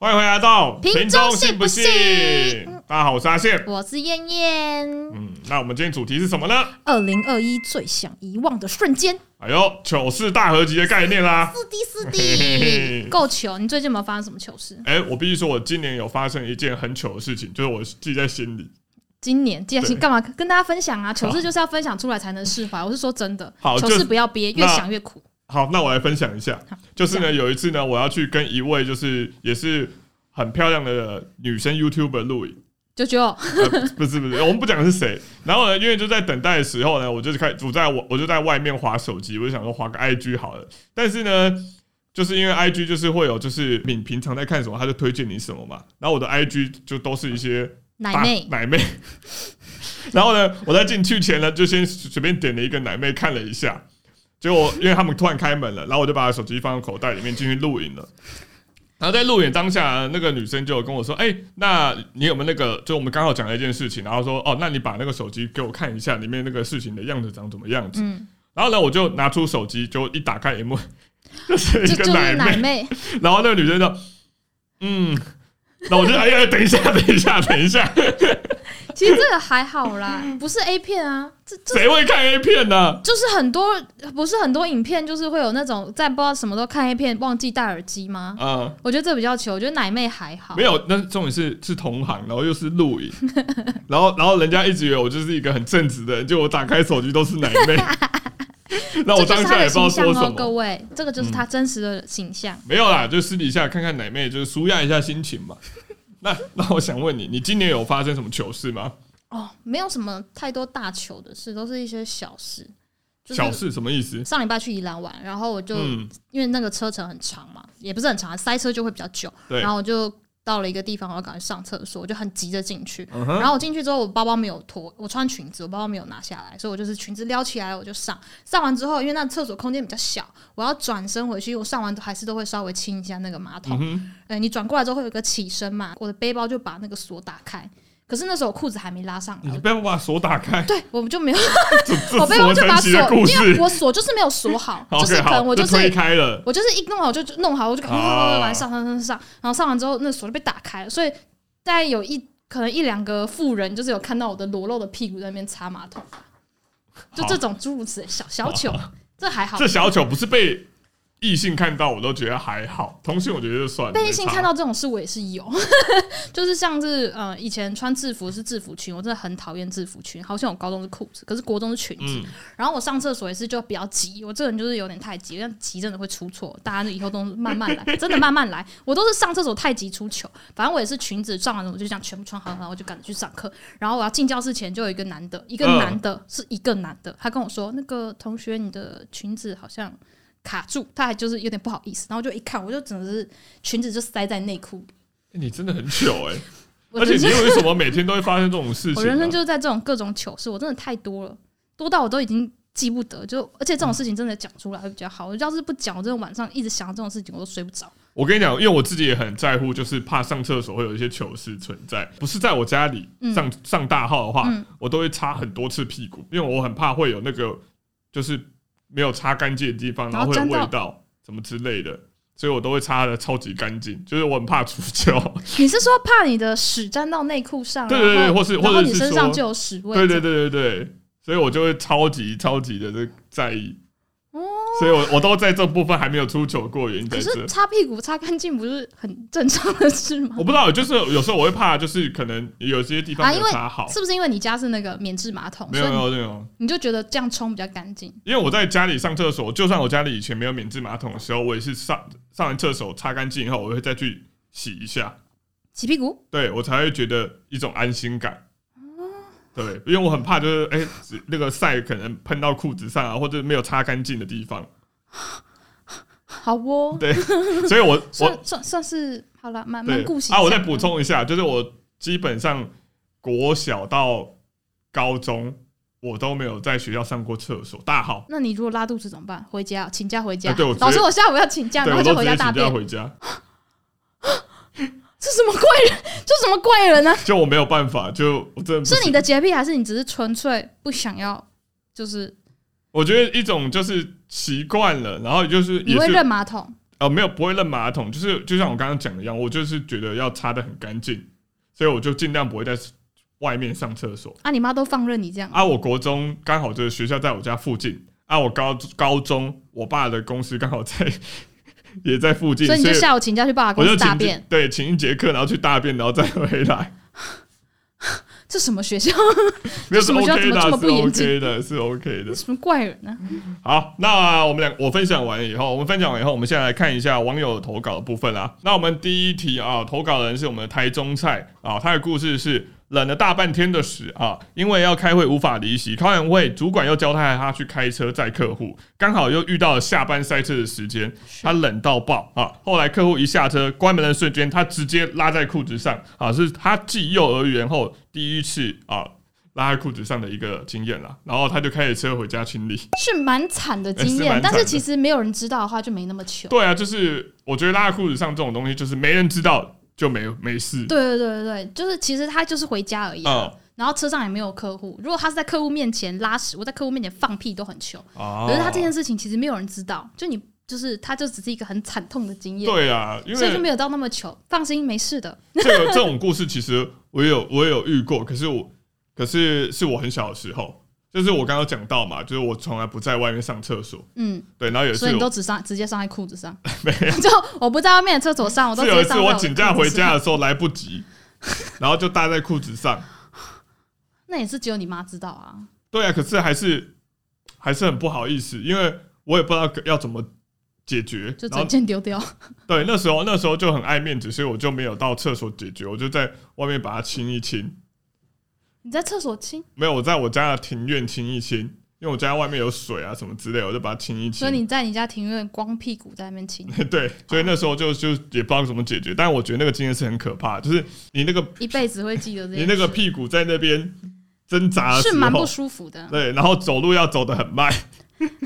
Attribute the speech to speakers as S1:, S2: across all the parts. S1: 来到
S2: 屏中信不信
S1: 大家好，我是阿宪。
S2: 我是燕燕。
S1: 嗯，那我们今天主题是什么呢？
S2: 二零二一最想遗忘的瞬间，
S1: 哎呦，糗事大合集的概念啊啦。
S2: 四 D 四
S1: 嘿嘿
S2: D，
S1: 嘿
S2: 够糗！你最近有没有发生什么糗事？
S1: 哎、我必须说，我今年有发生一件很糗的事情，就是我记在心里。
S2: 今年既然
S1: 对
S2: 是干嘛跟大家分享啊？糗事就是要分享出来才能释怀。我是说真的，
S1: 好
S2: 糗
S1: 就
S2: 事不要憋，越
S1: 那
S2: 想越苦。
S1: 好，那我来分享一下，就是呢，有一次呢，我要去跟一位就是也是很漂亮的女生 YouTuber 录影。
S2: 九九，
S1: 呃 不是不是，我们不讲是谁。然后呢，因为就在等待的时候呢，我就是开，我在我我就在外面划手机，我就想说划个 IG 好了。但是呢，就是因为 IG 就是会有，就是你平常在看什么，他就推荐你什么嘛。然后我的 IG 就都是一些
S2: 奶
S1: 大
S2: 妹，
S1: 奶妹。 然后呢，我在进去前呢，就先随便点了一个奶妹看了一下。结果因为他们突然开门了，然后我就把手机放到口袋里面进去录影了。然后在录影当下，那个女生就有跟我说：“哎、那你有没有那个？就我们刚好讲了一件事情，然后说哦，那你把那个手机给我看一下，里面那个事情的样子长怎么样子。
S2: 嗯，
S1: 然后呢，我就拿出手机，就一打开荧幕，就是一
S2: 就
S1: 个
S2: 就是
S1: 奶
S2: 奶
S1: 妹。
S2: 妹，
S1: 然后那个女生就，嗯，那我就哎呀，等一下，等一下，等一下，
S2: 其实这个还好啦，不是 A 片啊，这这
S1: 谁会看 A 片呢？
S2: 就是很多不是很多影片，就是会有那种在不知道什么都看 A 片，忘记戴耳机吗？
S1: 啊、
S2: 我觉得这比较糗，我觉得奶妹还好
S1: 没。有，那重点是是同行，然后又是录影， 然后然后人家一直以为我就是一个很正直的人，结果我打开手机都是奶 妹，那我
S2: 这就
S1: 当
S2: 是他
S1: 下也不
S2: 的
S1: 知道
S2: 形象
S1: 说什
S2: 哦，各
S1: 么。嗯
S2: 位，这个就是他真实的形象。
S1: 没有啦，就私底下看看奶妹，就是舒压一下心情嘛。 那那我想问你，你今年有发生什么糗事吗？
S2: 哦，没有什么太多大糗的事，都是一些小事。就是
S1: 小事什么意思？
S2: 上礼拜去宜兰玩，然后我就、
S1: 嗯，
S2: 因为那个车程很长嘛，也不是很长，塞车就会比较久。
S1: 对
S2: 然后我就到了一个地方，我要赶快上厕所，我就很急着进去。
S1: 嗯哼，
S2: 然后我进去之后，我包包没有脱，我穿裙子，我包包没有拿下来，所以我就是裙子撩起来我就上。上完之后，因为那厕所空间比较小，我要转身回去，我上完还是都会稍微清一下那个马桶
S1: 嗯。哼，
S2: 哎、你转过来之后会有一个起身嘛，我的背包就把那个锁打开，可是那时候我裤子还没拉上来，
S1: 你
S2: 我
S1: 不要把锁打开，
S2: 对，我就哦没有，
S1: 这这
S2: 我
S1: 是
S2: 背包
S1: 我
S2: 就
S1: 神
S2: 把
S1: 奇
S2: 锁
S1: 的，故
S2: 因为
S1: 事。
S2: 我锁就是没有锁好，就是 可
S1: OK，好，
S2: 能我就是
S1: 推开了，
S2: 我就是一弄好就就弄好，我就赶快
S1: 啊
S2: 快快快上上上上，然后上完之后那锁就被打开了，所以大概有一可能一两个妇人就是有看到我的裸露的屁股在那边擦马桶吧，就
S1: 好
S2: 这种诸如此类小小糗，这还好
S1: 这。小丑不是被异性看到，我都觉得还好，同性我觉得就算了。
S2: 被
S1: 没
S2: 异性
S1: 差
S2: 看，到这种事，我也是有，就是像是呃，以前穿制服是制服裙，我真的很讨厌制服裙，好像我高中是裤子，可是国中是裙子。
S1: 嗯，
S2: 然后我上厕所也是就比较急，我这人就是有点太急，但急真的会出错，大家就以后都慢慢来， 真的慢慢来。我都是上厕所太急出糗，反正我也是裙子上完我就这样全部穿好，然后我就赶着去上课。然后我要进教室前就有一个男的，一个
S1: 嗯
S2: 男的、是一个男的，他跟我说那个同学你的裙子好像。卡住，他还就是有点不好意思，然后就一看，我就整个是裙子就塞在内裤里。
S1: 你真的很糗哎、
S2: 我
S1: 而且
S2: 人生
S1: 你为什么每天都会发生这种事情、啊？
S2: 我人生就是在这种各种糗事，我真的太多了，多到我都已经记不得。就而且
S1: 嗯
S2: 这种事情真的讲出来会比较好。我要是不讲，我真的晚上一直想到这种事情，我都睡不着。
S1: 我跟你讲，因为我自己也很在乎，就是怕上厕所会有一些糗事存在。不是在我家里
S2: 嗯
S1: 上、上大号的话，
S2: 嗯
S1: 我都会擦很多次屁股，因为我很怕会有那个就是没有擦干净的地方，
S2: 然
S1: 然后
S2: 后
S1: 会有
S2: 沾到
S1: 味道什么之类的，所以我都会擦的超级干净，就是我很怕除胶。
S2: 你是说怕你的屎沾到内裤上，啊
S1: 对对对
S2: 然后
S1: 或是
S2: 然
S1: 或
S2: 后
S1: 者是
S2: 你身上
S1: 说
S2: 就有屎味？
S1: 对对对对对，所以我就会超级超级的这在意，
S2: 哦，
S1: 所以我我都在这部分还没有出糗过，原因在
S2: 可
S1: 这
S2: 是。擦屁股擦干净不是很正常的事吗
S1: 我？不知道，就是有时候我会怕，就是可能有些地方
S2: 啊
S1: 没有
S2: 因为
S1: 擦好，
S2: 是不是因为你家是那个免治马桶，
S1: 没
S2: 所
S1: 有
S2: 以
S1: 没
S2: 你
S1: 有没有，
S2: 你就觉得这样冲比较干净？
S1: 因为我在家里上厕所，就算我家里以前没有免治马桶的时候，我也是上上完厕所擦干净以后，我会再去洗一下，
S2: 洗屁股？
S1: 对我才会觉得一种安心感。
S2: 哦
S1: 对，因为我很怕就是哎、只那个晒可能喷到裤子上啊，或者没有擦干净的地方，
S2: 好哦，
S1: 对，所以我我
S2: 算算算是好了，蛮蛮
S1: 对
S2: 顾惜嗯
S1: 啊，我再
S2: 这样
S1: 补
S2: 的。
S1: 充一下，就是我基本上国小到高中我都没有在学校上过厕所，大号，
S2: 那你如果拉肚子怎么办？回家，请假回家。
S1: 啊对我直接
S2: 老师，我下午要请假，
S1: 对
S2: 然
S1: 我
S2: 后
S1: 都
S2: 就
S1: 直
S2: 回
S1: 接
S2: 家大
S1: 请假
S2: 便。
S1: 回家，
S2: 这什么怪人？这什么怪人呢、
S1: 就我没有办法，就我真的不
S2: 是
S1: 行
S2: 你的洁癖，还是你只是纯粹不想要？就是
S1: 我觉得一种就是习惯了，然后就是
S2: 你
S1: 也
S2: 会
S1: 是
S2: 认马桶，
S1: 呃，没有不会扔马桶，就是就像我刚刚讲的一样，我就是觉得要擦的很干净，所以我就尽量不会在外面上厕所。
S2: 啊，你妈都放任你这样，
S1: 啊，我国中刚好就是学校在我家附近，啊，我高高中我爸的公司刚好在也在附近，所
S2: 所以
S1: 以
S2: 你就下午请假去爸爸
S1: 我
S2: 公
S1: 就
S2: 司
S1: 请
S2: 大
S1: 一
S2: 便，
S1: 对，请一节课，然后去大便，然后再回来，
S2: 这什么学校？
S1: 没有
S2: 这
S1: 是
S2: 什么学校
S1: OK 的
S2: 怎么这么
S1: 啊，是
S2: 不严谨
S1: OK 的，是 OK 的
S2: 这。什么怪人呢、
S1: 好，那我们两我分享完以后，我们分享完以后，我们现在来看一下网友投稿的部分啦。那我们第一题啊，投稿的人是我们的台中菜啊，他的故事是冷了大半天的屎啊，因为要开会无法离席，开完会主管又交代他去开车载客户，刚好又遇到了下班塞车的时间，他冷到爆啊！后来客户一下车，关门的瞬间，他直接拉在裤子上啊，是他继幼儿园后第一次啊。拉在裤子上的一个经验啦，然后他就开着车回家清理。
S2: 是蛮惨的经
S1: 哎是
S2: 验，
S1: 蛮惨的
S2: 但是其实没有人知道的话，就没那么糗。
S1: 对啊，就是我觉得拉在裤子上这种东西，就是没人知道就没没事。
S2: 对对对对对，就是其实他就是回家而已啊、
S1: 嗯
S2: 然后车上也没有客户。如果他是在客户面前拉屎，我在客户面前放屁都很糗。
S1: 啊
S2: 可是他这件事情其实没有人知道，就你就是他就只是一个很惨痛的经验，
S1: 对啊，因
S2: 所以就
S1: 为
S2: 没有到那么糗。放心，没事的。
S1: 这个这种故事其实我也有我也有遇过，可是我可是是我很小的时候，就是我刚刚讲到嘛，就是我从来不在外面上厕所，
S2: 嗯，
S1: 对，然后有一
S2: 所以
S1: 次
S2: 你都
S1: 我
S2: 只上直接上在裤子 上，
S1: 没有，
S2: 就我不在外面的厕所上，我都
S1: 是
S2: 直
S1: 有一
S2: 接
S1: 次
S2: 上。
S1: 我请假回家，的时候来不及，然后就搭在裤子上，
S2: 那也是只有你妈知道啊。
S1: 对啊，可是还是还是很不好意思，因为我也不知道要怎么解决，
S2: 就
S1: 然后
S2: 整件丢掉，
S1: 对，那时候那时候就很爱面子，所以我就没有到厕所解决，我就在外面把它清一清。
S2: 你在厕所亲，
S1: 没有，我在我家的庭院清一清，因为我家外面有水啊什么之类的，我就把它清一清。
S2: 所以你在你家庭院光屁股在那边亲，
S1: 对，所以那时候就就也不知道怎么解决，但我觉得那个经验是很可怕的，就是你那个
S2: 一辈子会记得这件
S1: 你
S2: 事。
S1: 那个屁股在那边挣扎的时
S2: 是
S1: 候，
S2: 蛮不舒服的。
S1: 对，然后走路要走得很慢。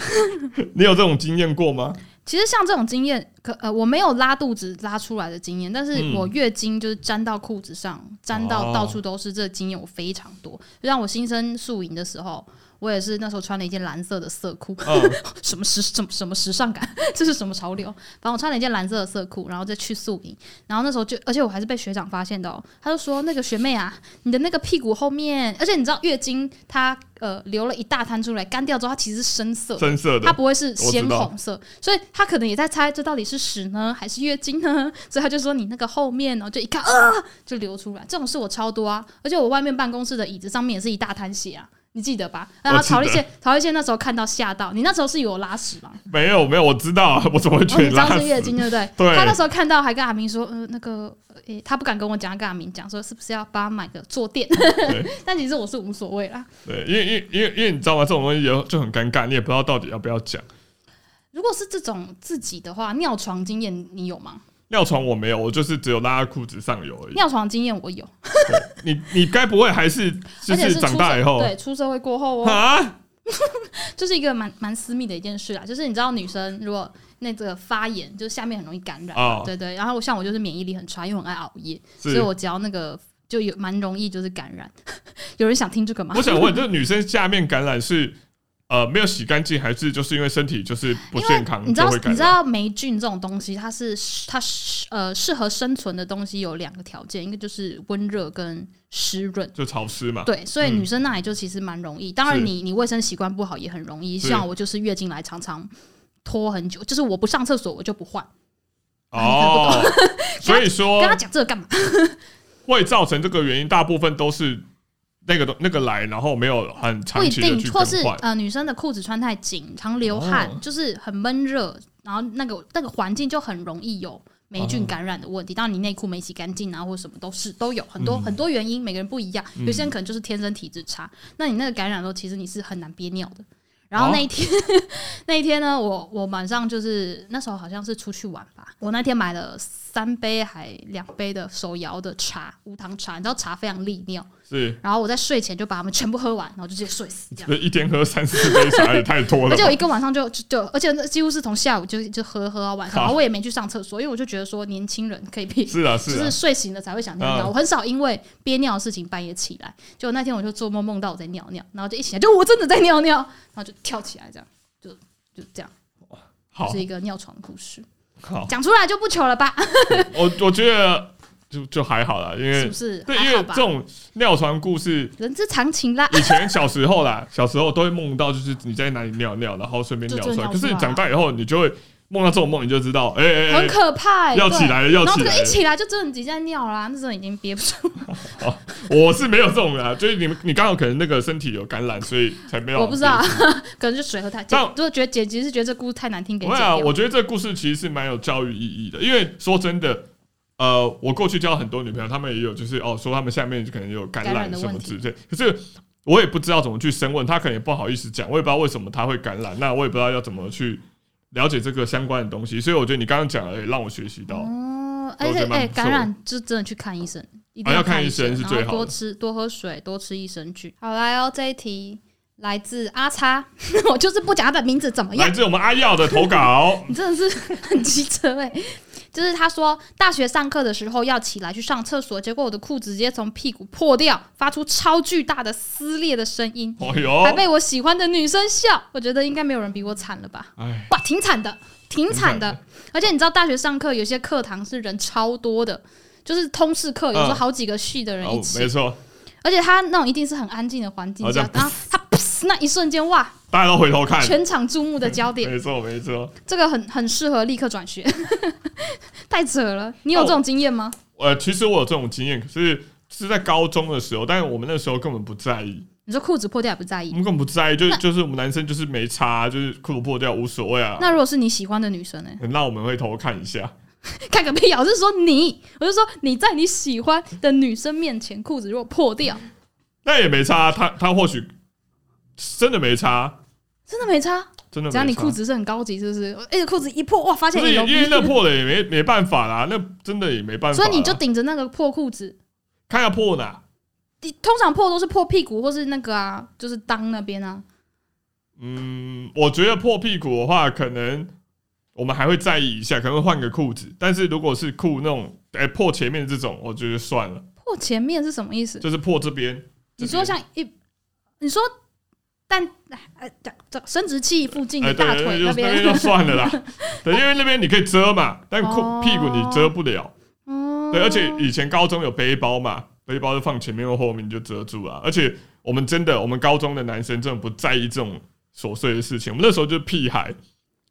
S1: 你有这种经验过吗？
S2: 其实像这种经验，可呃我没有拉肚子拉出来的经验，但是
S1: 嗯
S2: 我月经就是沾到裤子上，沾
S1: 哦
S2: 到到处都是，这个经验我非常多。就像我新生宿营的时候，我也是那时候穿了一件蓝色的色裤，
S1: 嗯，
S2: 什么时什么什么时尚感， 这是什么潮流？反正我穿了一件蓝色的色裤，然后就去宿营，然后那时候就，而且我还是被学长发现的、哦，他就说那个学妹啊，你的那个屁股后面，而且你知道月经它呃流了一大滩出来，干掉之后它其实是深色的，
S1: 深色
S2: 它
S1: 的，
S2: 不会是鲜
S1: 我知道
S2: 红色，所以他可能也在猜这到底是屎呢还是月经呢，所以他就说你那个后面，然后就一看啊，就流出来。这种事我超多啊，而且我外面办公室的椅子上面也是一大滩血啊，你记得吧？然后
S1: 我记得
S2: 曹立宪，曹立宪那时候看到吓到，你那时候是有拉屎 吗？
S1: 没有没有，我知道啊，我怎么会
S2: 哦，
S1: 觉
S2: 你
S1: 得
S2: 知道
S1: 拉
S2: 是月
S1: 屎
S2: 经对不对？
S1: 对
S2: 他那时候看到还跟阿明说，嗯、那个，诶、他不敢跟我讲，跟阿明讲说是不是要帮他买个坐垫？ 但其实我是无所谓啦。
S1: 对，因为因为因为因为你知道吗？这种东西也就很尴尬，你也不知道到底要不要讲。
S2: 如果是这种自己的话，尿床经验你有吗？
S1: 尿床我没有，我就是只有拉在裤子上有而已。
S2: 尿床经验我有，
S1: 你你该不会还是 就
S2: 而且
S1: 是
S2: 是
S1: 长
S2: 出
S1: 大
S2: 社
S1: 以后
S2: 对，出社会过后哦，
S1: 啊？
S2: 就是一个蛮蛮私密的一件事啦。就是你知道，女生如果那个发炎，就是下面很容易感染，
S1: 哦
S2: 对对。然后像我就是免疫力很差，因为我很爱熬夜，所以
S1: 是，
S2: 我只要那个就有蛮容易就是感染。 有人想听这个吗？
S1: 我想 问，这女生下面感染是呃没有洗干净，还是就是因为身体就是不健康
S2: 你知
S1: 嗯就
S2: 道
S1: 会
S2: 你
S1: 感
S2: 知
S1: 染？
S2: 道霉菌这种东西，它是它是呃适合生存的东西有两个条件，一个就是温热跟湿润。
S1: 就潮湿嘛？
S2: 对，所以
S1: 嗯
S2: 女生那里就其实蛮容易。当然
S1: 是
S2: 你，你卫生习惯不好也很容易。
S1: 是
S2: 像我就是月经来常常拖很久，就是我不上厕所我就不换。
S1: 哦，所以
S2: 跟他
S1: 说
S2: 讲这个干嘛？
S1: 会造成这个原因，大部分都是那个东那个来，然后没有很
S2: 不
S1: 长
S2: 一
S1: 期的
S2: 定
S1: 去，
S2: 或
S1: 更
S2: 是
S1: 换。
S2: 呃女生的裤子穿太紧，常流汗，
S1: 哦
S2: 就是很闷热，然后那个那个环境就很容易有。霉菌感染的问
S1: 哦
S2: 题，当然你内裤没洗干净啊，或者什么都是都有很多、
S1: 嗯
S2: 很多原因，每个人不一样，有些人可能就是天生体质差。那你那个感染的时候，其实你是很难憋尿的。然后那一天，
S1: 哦
S2: 那一天呢，我我晚上就是那时候好像是出去玩吧，我那天买了三杯还两杯的手摇的茶，无糖茶，你知道茶非常利尿，
S1: 是，
S2: 然后我在睡前就把它们全部喝完，然后就直接睡死这样。
S1: 这一天喝三四杯茶也太多了
S2: 而且我
S1: 吧。
S2: 一个晚上就就就，而且那几乎是从下午就就喝喝到晚上，
S1: 好
S2: 然后我也没去上厕所，因为我就觉得说年轻人可以 憋，
S1: 是啊，
S2: 就是
S1: 啊
S2: 是，睡醒了才会想尿 尿。
S1: 嗯
S2: 我很少因为憋尿的事情半夜起来，就那天我就做梦梦到我在尿尿，然后就一起来就我真的在尿尿，然后就跳起来这样，就就这样，
S1: 好
S2: 是，一个尿床的故事。
S1: 好，
S2: 讲出来就不糗了吧？
S1: 我我觉得就就还好啦，因
S2: 是
S1: 为
S2: 不是？
S1: 对，因
S2: 还
S1: 为
S2: 好吧
S1: 这，种尿床故事，
S2: 人之常情啦。
S1: 以前小时候啦，小时候都会梦到，就是你在哪里尿尿，然后顺便
S2: 就
S1: 尿
S2: 就
S1: 出来。
S2: 尿
S1: 可是
S2: 出
S1: 你
S2: 来
S1: 长
S2: 啊
S1: 大以后，你就会梦到这种梦，你就知道，哎哎
S2: 很
S1: 哎，
S2: 可怕、欸，
S1: 要起
S2: 对。
S1: 来了，要
S2: 然后
S1: 起
S2: 这个
S1: 来
S2: 一
S1: 了。
S2: 起来就真的挤在尿啦，那真的已经憋不住。
S1: 我是没有这种的啊，就是你们你刚好可能那个身体有感染，所以才没有。啊
S2: 我不知道，可能就水喝太，
S1: 但
S2: 就是觉得姐姐是觉得这故事太难听，给
S1: 不
S2: 剪
S1: 会啊，
S2: 掉。
S1: 我觉得这个故事其实是蛮有教育意义的，因为说真的，呃，我过去交很多女朋友，她们也有就是哦，说她们下面可能有感
S2: 感染
S1: 染
S2: 的
S1: 什么
S2: 问
S1: 之
S2: 题
S1: 类，可是我也不知道怎么去深问，她可能也不好意思讲，我也不知道为什么她会感染，那我也不知道要怎么去了解这个相关的东西，所以我觉得你刚刚讲的也让我学习到，
S2: 哦，
S1: 都
S2: 而
S1: 觉
S2: 且
S1: 得蛮
S2: 哎，
S1: 不
S2: 感
S1: 错
S2: 染就真的去看医生，一定
S1: 啊要看
S2: 看
S1: 医生是
S2: 然
S1: 最
S2: 后
S1: 好
S2: 多
S1: 的
S2: 吃多喝水，多吃益生菌。好来哦，这一题来自阿叉， 我就是不讲他的名字怎么
S1: 来
S2: 样，，
S1: 自我们阿耀的投稿
S2: 你真的是很机车哎、 就是他说，大学上课的时候要起来去上厕所，结果我的裤子直接从屁股破掉，发出超巨大的撕裂的声音，
S1: 哦
S2: 还
S1: 哟，
S2: 被我喜欢的女生笑。我觉得应该没有人比我惨了吧。
S1: 哎，
S2: 哇，挺惨的，挺惨的。而且你知道，大学上课有些课堂是人超多的，就是通识课，有时候
S1: 嗯
S2: 好几个系的人
S1: 哦
S2: 一，起，
S1: 没错，
S2: 而且他那种一定是很安静的环境
S1: 好
S2: 下
S1: 像，哎
S2: 然后他噗那一瞬间，哇，
S1: 大家都回头 看，
S2: 全场注目的焦点，
S1: 没错没错。
S2: 这个很很适合立刻转学， 太扯了。你有
S1: 哦
S2: 这种经验吗？
S1: 呃，其实我有这种经验，可是是在高中的时候，但是我们那时候根本不在意，
S2: 你说裤子破掉也不在
S1: 我
S2: 意，
S1: 们根本不在意，就
S2: 那
S1: 就是我们男生就是没差，就是裤子破掉无所谓啊。
S2: 那如果是你喜欢的女生呢？
S1: 那我们会偷看一下，
S2: 看个屁啊！我是说你，我是说你在你喜欢的女生面前裤子如果破掉，
S1: 那也没差，啊他他或许真的没差，
S2: 真的没差。
S1: 真的没
S2: 只
S1: 差。
S2: 要你裤子是很高级，是不是？而且裤子一破，哇，发
S1: 不
S2: 现
S1: 是
S2: 有
S1: 因为那破了也没没办法啦，那真的也没办法啦。
S2: 所以你就顶着那个破裤子。
S1: 看要破哪？
S2: 你通常破都是破屁股或是那个啊，就是裆那边啊。
S1: 嗯，我觉得破屁股的话，可能我们还会在意一下，可能会换个裤子。但是如果是裤那种，哎、破前面这种，我觉得算了，
S2: 破前面是什么意思？
S1: 就是破这边。
S2: 你
S1: 这边
S2: 说像一，你说但哎这这生殖器附近
S1: 哎，
S2: 的
S1: 对，
S2: 大
S1: 那
S2: 腿
S1: 就
S2: 那
S1: 那边就
S2: 边，
S1: 算 了啦。对，因为那边你可以遮嘛，但裤
S2: 哦
S1: 屁股你遮不了。
S2: 哦
S1: 对，而且以前高中有背包嘛，背包就放前面或后面你就遮住啊了。而且我们真的，我们高中的男生真的不在意这种琐碎的事情。我们那时候就是屁孩，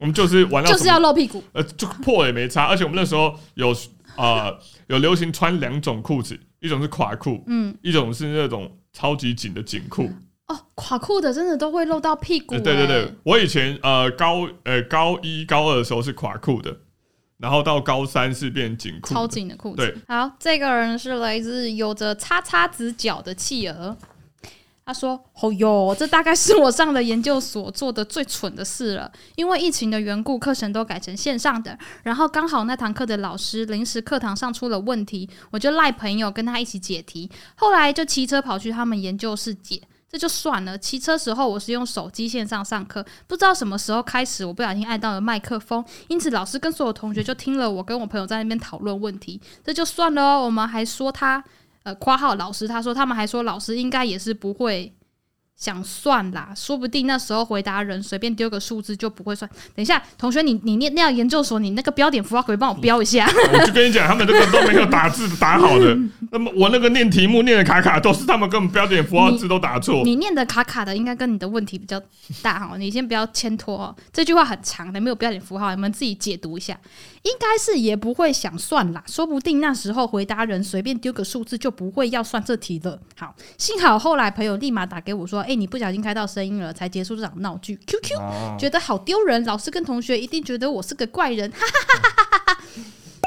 S1: 我们就是玩到
S2: 就是
S1: 什么
S2: 要露屁股，
S1: 呃就破也没差。而且我们那时候有呃有流行穿两种裤子，一种是垮裤，
S2: 嗯，
S1: 一种是那种超级紧的紧裤。
S2: 哦，垮裤的真的都会露到屁股、
S1: 呃对对对
S2: 哎，，
S1: 我以前呃高呃高一高二的时候是垮裤的，然后到高三是变紧裤的，
S2: 超紧的裤
S1: 对
S2: 子。好，这个人是来自有着叉叉子脚的企鹅。他说：“哦哟，这大概是我上的研究所做的最蠢的事了。因为疫情的缘故，课程都改成线上的，然后刚好那堂课的老师临时课堂上出了问题，我就赖朋友跟他一起解题。后来就骑车跑去他们研究室解，这就算了。骑车时候我是用手机线上上课，不知道什么时候开始，我不小心按到了麦克风，因此老师跟所有同学就听了我跟我朋友在那边讨论问题，这就算了哦。我们还说他，呃，括号老师，他说他们还说老师应该也是不会。想算啦，说不定那时候回答人随便丢个数字就不会算。等一下，同学你，你念那样研究所，你那个标点符号可不可以帮我标一下？
S1: 我就跟你讲，他们这个都没有打字打好 的。那么我那个念题目念的卡卡，都是他们根本标点符号字都打错。
S2: 你念的卡卡的，应该跟你的问题比较大哈，你先不要牵拖哦。这句话很长的，没有标点符号，你们自己解读一下。应该是也不会想算啦，说不定那时候回答人随便丢个数字就不会要算这题了。好，幸好后来朋友立马打给我说：“哎、你不小心开到声音了，才结束这场闹剧。”QQ
S1: 哦
S2: 觉得好丢人，老师跟同学一定觉得我是个怪人，哈哈哈哈 哈哈！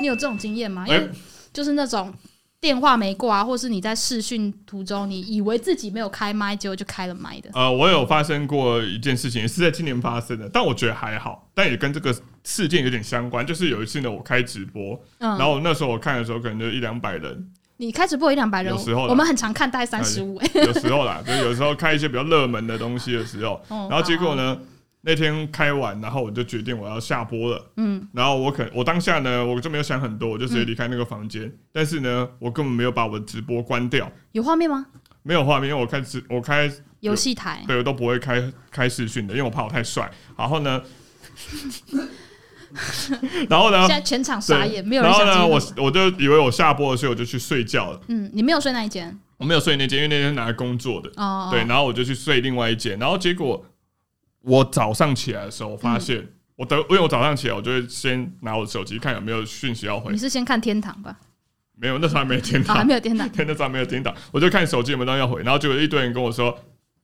S2: 你有这种经验吗？因
S1: 哎
S2: 为就是那种电话没挂，或是你在视讯途中，你以为自己没有开麦，结果就开了麦的。
S1: 呃，我有发生过一件事情，也是在今年发生的，但我觉得还好，但也跟这个事件有点相关。就是有一次呢，我开直播，然
S2: 嗯，
S1: 后那时候我看的时候，可能就一两百人，
S2: 你开直播有两百人
S1: 有时候啦，
S2: 我们很常看，大概三十五。哎，
S1: 有时候啦，就有时候开一些比较热门的东西的时候，
S2: 然
S1: 然后结果？呢，那天开完，然后我就决定我要下播了。
S2: 嗯，
S1: 然后我可我当下呢，我就没有想很多，我就直接离开那个房间。但是呢，我根本没有把我的直播关掉，
S2: 有画面吗？
S1: 没有画面，因为我开直我开
S2: 游戏台，
S1: 对我都不会开开视讯的，因为我怕我太帅。然后呢，然后呢
S2: 现，在全场
S1: 对
S2: 傻眼，没有人
S1: 然后
S2: 想
S1: 呢，我
S2: 进入
S1: 我就以为我下播了，所以我就去睡觉了。
S2: 嗯，你没有睡那一间
S1: 我没有睡那间，因为那天是拿来工作的。
S2: 哦，
S1: 对，，然后我就去睡另外一间，然后结果我早上起来的时候，我
S2: 嗯
S1: 发现、我等，因为我早上起来，我就会先拿我的手机看有没有讯息要回
S2: 你，是先看天堂吧？
S1: 没有，那时候还没听
S2: 啊，
S1: 到
S2: 还，没有天堂，
S1: 对，那时候还没有听到，我就看手机有没有东西要回，然后结果一堆人跟我说。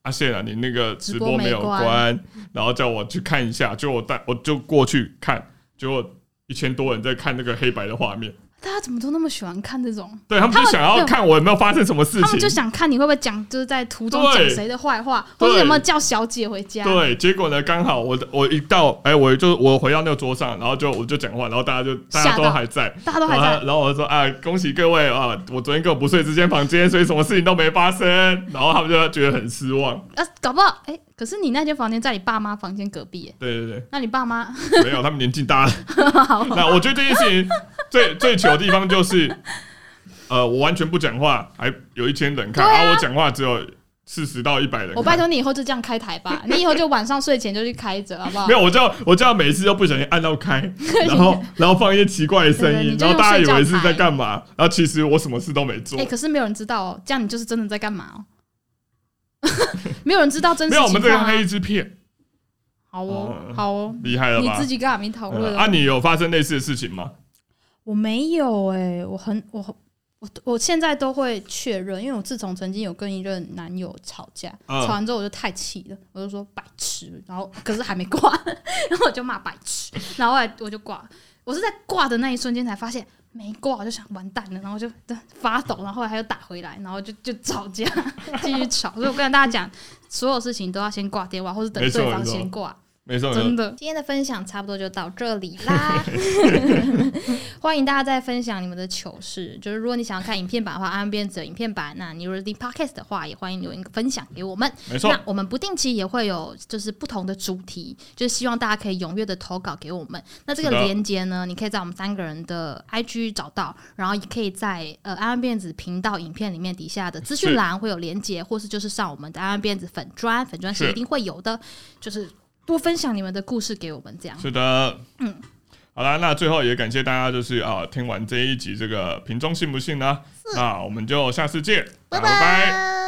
S1: 阿宪啊，你那个直播没有
S2: 直播没
S1: 关，然后叫我去看一下，就我带我就过去看，结果一千多人在看那个黑白的画面，
S2: 大家怎么都那么喜欢看 这种？
S1: 对他们
S2: 他
S1: 就
S2: 们
S1: 想要
S2: 对
S1: 看我有没有发生什么事
S2: 他们就
S1: 情，
S2: 想看你会不会讲，就是在途中
S1: 对
S2: 讲谁的坏话，或者
S1: 对
S2: 有没有叫小姐回家。
S1: 对，结果呢，刚好我我一到，哎、我就我回到那个桌上，然后就我就讲话，然后大家就大家
S2: 吓
S1: 都
S2: 到
S1: 还在，
S2: 大家都还
S1: 然后
S2: 在
S1: 他然后我就说啊，恭喜各位啊，我昨天跟我不睡之间房间，所以什么事情都没发生，然后他们就觉得很失望，
S2: 啊，搞不好哎、可是你那间房间在你爸妈房间隔壁、耶
S1: 对对
S2: 那你爸妈
S1: 对，没有，他们年纪大了。那我觉得这件事情最最糗的地方就是，呃，我完全不讲话，还有一千人看，
S2: 对啊
S1: 然后我讲话只有四十到一百人
S2: 我拜
S1: 看。
S2: 托你以后就这样开台 吧，你以后就晚上睡前就去开着，好不好
S1: 没？有，我就要我就要每次都不小心按到 开，然后然后放一些奇怪的声音
S2: 对对你，就
S1: 然后
S2: 用
S1: 大家以为是
S2: 睡觉
S1: 在
S2: 牌
S1: 干嘛，然后其实我什么事都没做
S2: 哎、。可是没有人知道哦，这样你就是真的在干嘛哦？ 没有人知道真实
S1: 没有，我
S2: 情
S1: 们这
S2: 况、
S1: 个
S2: 啊。
S1: 黑一支片
S2: 好哦
S1: 哦，
S2: 好哦，
S1: 厉害了
S2: 你
S1: 吧
S2: 自？己跟阿明讨论
S1: 嗯啊，你有发生类似的事情吗？
S2: 我没有哎、我很我我我现在都会确认，因为我自从曾经有跟一任男友吵架，
S1: 嗯
S2: 吵完之后我就太气了，我就说白痴，然后可是还没挂， 然后我就骂白痴，然后后来我就挂了，我是在挂的那一瞬间才发现。没挂，我就想完蛋了，然后就发抖，然后后来他又打回来，然后就就吵架， 继续吵。所以我跟大家讲，所有事情都要先挂电话，或是等
S1: 没错
S2: 对方
S1: 没错
S2: 先挂。
S1: 没错，没错
S2: 真的。今天的分享差不多就到这里 啦，欢迎大家再分享你们的糗事。就是如果你想要看影片版的话，岸边只有影片版；那你如果是听 podcast 的话，也欢迎留言分享给我们。
S1: 没错
S2: 那。我们不定期也会有就是不同的主题，就是希望大家可以踊跃的投稿给我们。那这个
S1: 是的
S2: 连接呢，你可以在我们三个人的 IG 找到，然后也可以在呃安安辫子频道影片里面底下的资讯栏会有连接，或是就是上我们的安安辫子粉砖，粉砖是
S1: 是
S2: 一定会有的，就是多分享你们的故事给我们这样。
S1: 是的，嗯，好啦，那最后也感谢大家，就是啊，听完这一集这个瓶中信不信呢？那我们就下次见，拜拜
S2: 拜